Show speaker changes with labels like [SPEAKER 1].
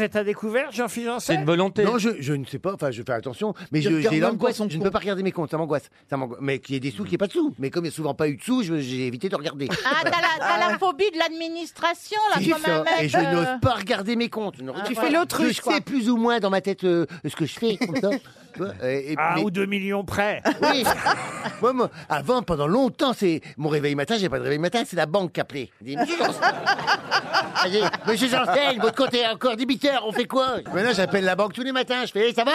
[SPEAKER 1] êtes à découvert, Jean-Philippe Janssen
[SPEAKER 2] volonté.
[SPEAKER 3] Non, je, je ne sais pas, enfin, je fais attention, mais
[SPEAKER 4] Je
[SPEAKER 3] je-
[SPEAKER 4] regarde
[SPEAKER 3] j'ai
[SPEAKER 4] même pas
[SPEAKER 3] l'angoisse.
[SPEAKER 4] son
[SPEAKER 3] Je ne peux pas regarder mes comptes, ça m'angoisse. Ça m'angoisse. Mais qu'il y ait des sous, qu'il n'y ait pas de sous. Mais comme il n'y a souvent pas eu de sous, je- j'ai évité de regarder.
[SPEAKER 5] Ah, t'as la, t'as la phobie de l'administration, là,
[SPEAKER 3] C'est
[SPEAKER 5] quand
[SPEAKER 3] ça.
[SPEAKER 5] même. mec,
[SPEAKER 3] Et je
[SPEAKER 5] euh, Ah,
[SPEAKER 3] n'ose pas regarder mes comptes. Je ne regarde
[SPEAKER 5] tu
[SPEAKER 3] pas.
[SPEAKER 5] fais l'autruche,
[SPEAKER 3] Je
[SPEAKER 5] quoi.
[SPEAKER 3] sais plus ou moins dans ma tête euh, ce que je fais, comme ça. Tu vois, et- et-
[SPEAKER 1] Ah,
[SPEAKER 3] mais-
[SPEAKER 1] ou 2 millions près.
[SPEAKER 3] Oui. Moi, moi, avant, pendant longtemps, c'est mon réveil matin, j'ai pas de réveil matin, c'est la banque qui appelait. Elle dit, Monsieur Janssen, Allez, Monsieur Janssen, votre compte est encore débiteur, on fait quoi Maintenant, j'appelle la banque tous les matins, je fais, Eh, ça va